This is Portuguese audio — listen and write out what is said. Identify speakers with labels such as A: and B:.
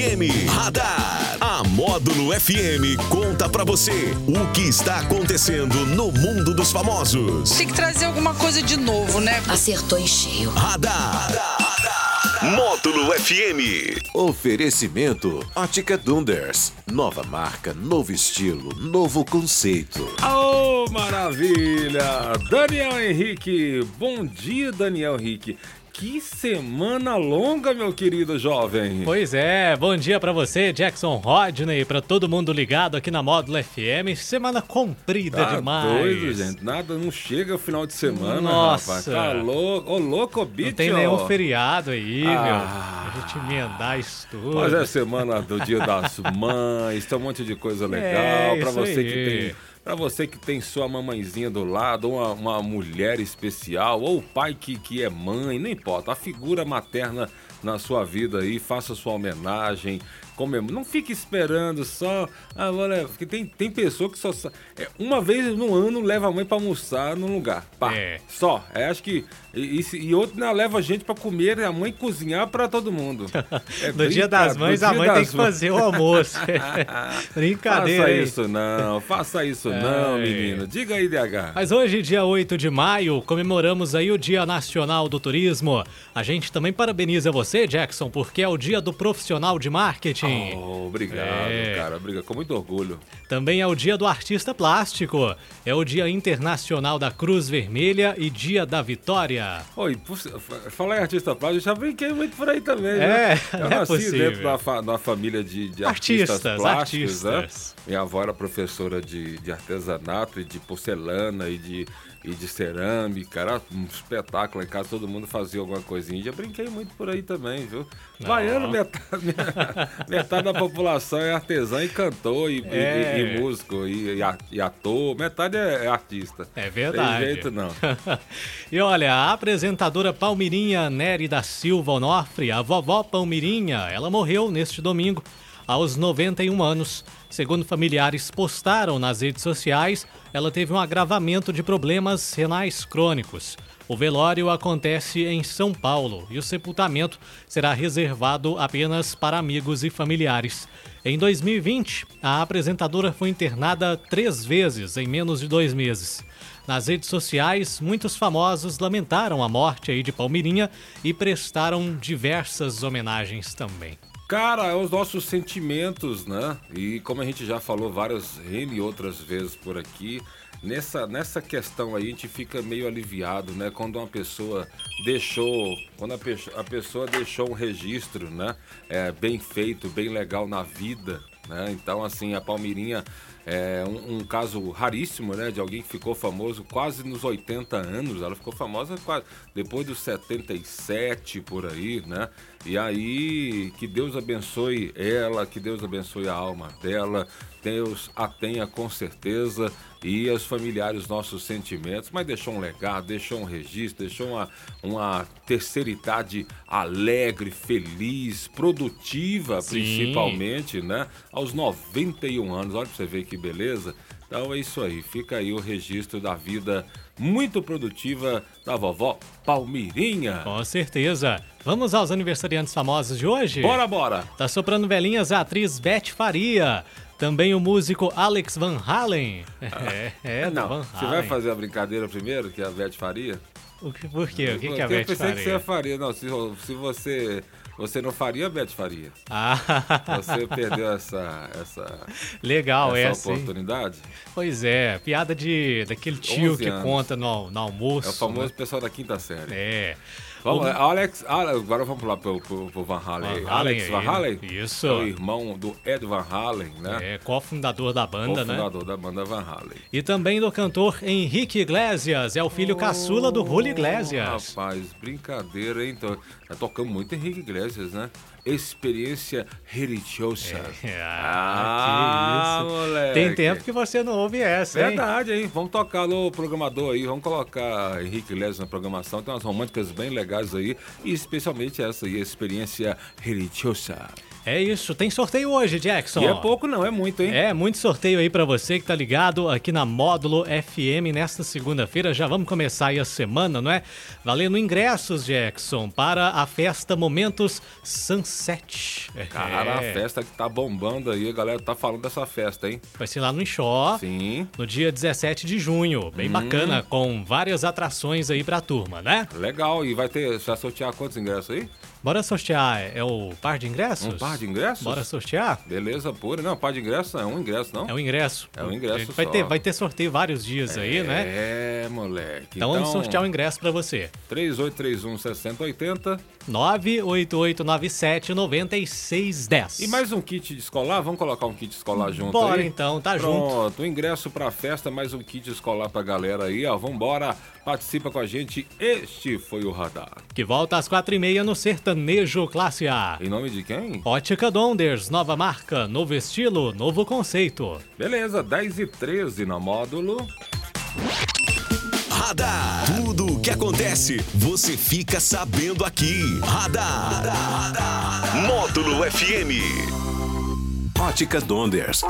A: FM Radar. A Módulo FM conta pra você o que está acontecendo no mundo dos famosos.
B: Tem que trazer alguma coisa de novo, né?
C: Acertou em cheio.
A: Radar. Módulo FM.
D: Oferecimento Ótica Dunders. Nova marca, novo estilo, novo conceito.
E: Oh, maravilha! Daniel Henrique, bom dia, Daniel Henrique. Que semana longa, meu querido jovem.
F: Pois é, bom dia pra você, Jackson Rodney, pra todo mundo ligado aqui na Módulo FM. Semana comprida
E: Tá
F: demais.
E: doido, gente. Nada, não chega o final de semana,
F: Nossa.
E: rapaz. Tá louco. Ô, louco, bicho.
F: Não tem nenhum feriado aí,
E: Ah.
F: meu. A gente emendar isso tudo.
E: Mas é semana do Dia das Mães, tem um monte de coisa legal
F: É,
E: pra
F: isso
E: você que
F: aí.
E: tem, para você que tem sua mamãezinha do lado, ou uma, uma mulher especial, ou o pai que, que é mãe, não importa, a figura materna na sua vida aí, faça sua homenagem, comemore. Não fique esperando só, ah, vou levar- porque tem tem pessoa que só sa- é, uma vez no ano leva a mãe pra almoçar num lugar, pá.
F: É.
E: Só, é, acho que e, e, se- e outro né, leva a gente pra comer e a mãe cozinhar pra todo mundo. É
F: No dia
E: brincadeira,
F: das mães,
E: no
F: a
E: dia
F: mãe tem
E: das
F: que
E: mães.
F: fazer o almoço. Brincadeira,
E: Faça
F: hein?
E: isso não, faça isso não,
F: Ai.
E: menino. Diga aí, DH.
F: Mas hoje, dia 8 de maio, comemoramos aí o Dia Nacional do Turismo. A gente também parabeniza você, Jackson, porque é o dia do profissional de marketing.
E: Oh, obrigado,
F: É.
E: cara. Obrigado. Com muito orgulho.
F: Também é o dia do artista plástico. É o dia internacional da Cruz Vermelha e dia da Vitória.
E: Oi, por- fa- falar em artista plástico, eu já brinquei muito por aí também.
F: É,
E: né? Eu
F: não é
E: nasci
F: possível.
E: dentro da, fa- da família de, de artistas,
F: Artistas,
E: plásticos,
F: artistas.
E: né? Minha avó era professora de, de artesanato e de porcelana e de, e de cerâmica. Era um espetáculo em casa, todo mundo fazia alguma coisinha. Já brinquei muito por aí também, viu? Baiano, metade, metade da população é artesã e cantor e, e- e-
F: É.
E: e músico e, e a- e ator. Metade é, é artista.
F: É verdade.
E: Tem jeito não.
F: e olha, a apresentadora Palmirinha Nery da Silva Onofre, a vovó Palmirinha, ela morreu neste domingo aos 91 anos. Segundo familiares postaram nas redes sociais, ela teve um agravamento de problemas renais crônicos. O velório acontece em São Paulo e o sepultamento será reservado apenas para amigos e familiares. Em 2020, a apresentadora foi internada três vezes em menos de dois meses. Nas redes sociais, muitos famosos lamentaram a morte aí de Palmirinha e prestaram diversas homenagens também.
E: Cara, é os nossos sentimentos, né? E como a gente já falou várias N outras vezes por aqui, nessa, nessa questão aí a gente fica meio aliviado, né? Quando uma pessoa deixou, quando a, pecho- a pessoa deixou um registro, né? É, bem feito, bem legal na vida, né? Então, assim, a Palmeirinha é um, um caso raríssimo, né? De alguém que ficou famoso quase nos 80 anos. Ela ficou famosa quase depois dos 77, por aí, né? E aí, que Deus abençoe ela, que Deus abençoe a alma dela. Deus a tenha com certeza e aos familiares nossos sentimentos, mas deixou um legado, deixou um registro, deixou uma, uma terceira idade alegre, feliz, produtiva, principalmente principalmente, né? Aos 91 anos. Olha pra você ver que beleza. Então é isso aí. Fica aí o registro da vida muito produtiva da vovó Palmirinha.
F: Com certeza. Vamos aos aniversariantes famosos de hoje?
E: Bora, bora!
F: Tá soprando velhinhas a atriz Beth Faria. Também o músico Alex Van Halen. É, é, do
E: Ah. não,
F: Van
E: você vai
F: Halen.
E: fazer a brincadeira primeiro, que a Beth faria?
F: O que, por quê? O que, que é
E: eu
F: a Beth
E: pensei que você
F: faria?
E: faria. Não, se, se você, você não faria, a Beth faria.
F: Ah,
E: Você perdeu essa, essa,
F: legal
E: essa é
F: essa, hein?
E: oportunidade.
F: Pois é, piada de, daquele tio
E: 11
F: que
E: anos.
F: conta no, al- no almoço.
E: É o famoso pessoal da quinta série.
F: né? É.
E: Vamos, lá, Alex, Ale- agora vamos lá pro, pro, pro Van Halen.
F: Van Halen
E: Alex
F: aí,
E: Van
F: né?
E: Halen?
F: Isso.
E: É o irmão do Ed Van Halen, né?
F: É, cofundador da banda,
E: o
F: né?
E: fundador da banda Van Halen.
F: E também do cantor Henrique Iglesias, é o filho caçula do Julio Iglesias.
E: Oh, Rapaz, brincadeira, hein? Então, já tocamos muito Henrique Iglesias, né? Experiência religiosa.
F: É,
E: Ah,
F: que
E: moleque.
F: Tem tempo que você não ouve essa, hein?
E: Verdade, hein? Vamos tocar, alô, programador aí. Vamos colocar Henrique Iglesias na programação. Tem umas românticas bem legais aí. E especialmente essa aí, Experiência Religiosa.
F: É isso, tem sorteio hoje, Jackson.
E: E é pouco não, é muito, hein?
F: É, muito sorteio aí pra você que tá ligado aqui na Módulo FM nesta segunda-feira. Já vamos começar aí a semana, não é? Valendo ingressos, Jackson, para a festa Momentos Sunset.
E: Cara,
F: É,
E: a festa que tá bombando aí, a galera tá falando dessa festa, hein?
F: Vai ser lá no Enxó.
E: Sim.
F: No dia 17 de junho,
E: Hum.
F: bem bacana, com várias atrações aí pra turma, né?
E: Legal, e vai ter, já sortear quantos ingressos aí?
F: Bora sortear, é o par de ingressos?
E: Um par de ingressos?
F: Bora sortear?
E: Beleza pura. Não, par de ingresso não, é um ingresso, não?
F: É um ingresso.
E: É um ingresso
F: vai
E: só.
F: Ter, vai ter sorteio vários dias aí, né?
E: É, moleque.
F: Então, vamos sortear o ingresso pra você.
E: 3831 6080.
F: 988979610.
E: E mais um kit escolar? Vamos colocar um kit escolar junto
F: Bora,
E: aí?
F: então, tá
E: Pronto,
F: junto.
E: Pronto, ingresso pra festa, mais um kit escolar pra galera aí, ó. Vambora, participa com a gente. Este foi o Radar.
F: Que volta às quatro e meia no Sertanejo Classe A.
E: Em nome de quem?
F: Ótica Donders, nova marca, novo estilo, novo conceito.
E: Beleza, 10 e 13 na módulo.
A: Radar. Tudo o que acontece, você fica sabendo aqui. Radar. Módulo FM.
D: Ótica Donders.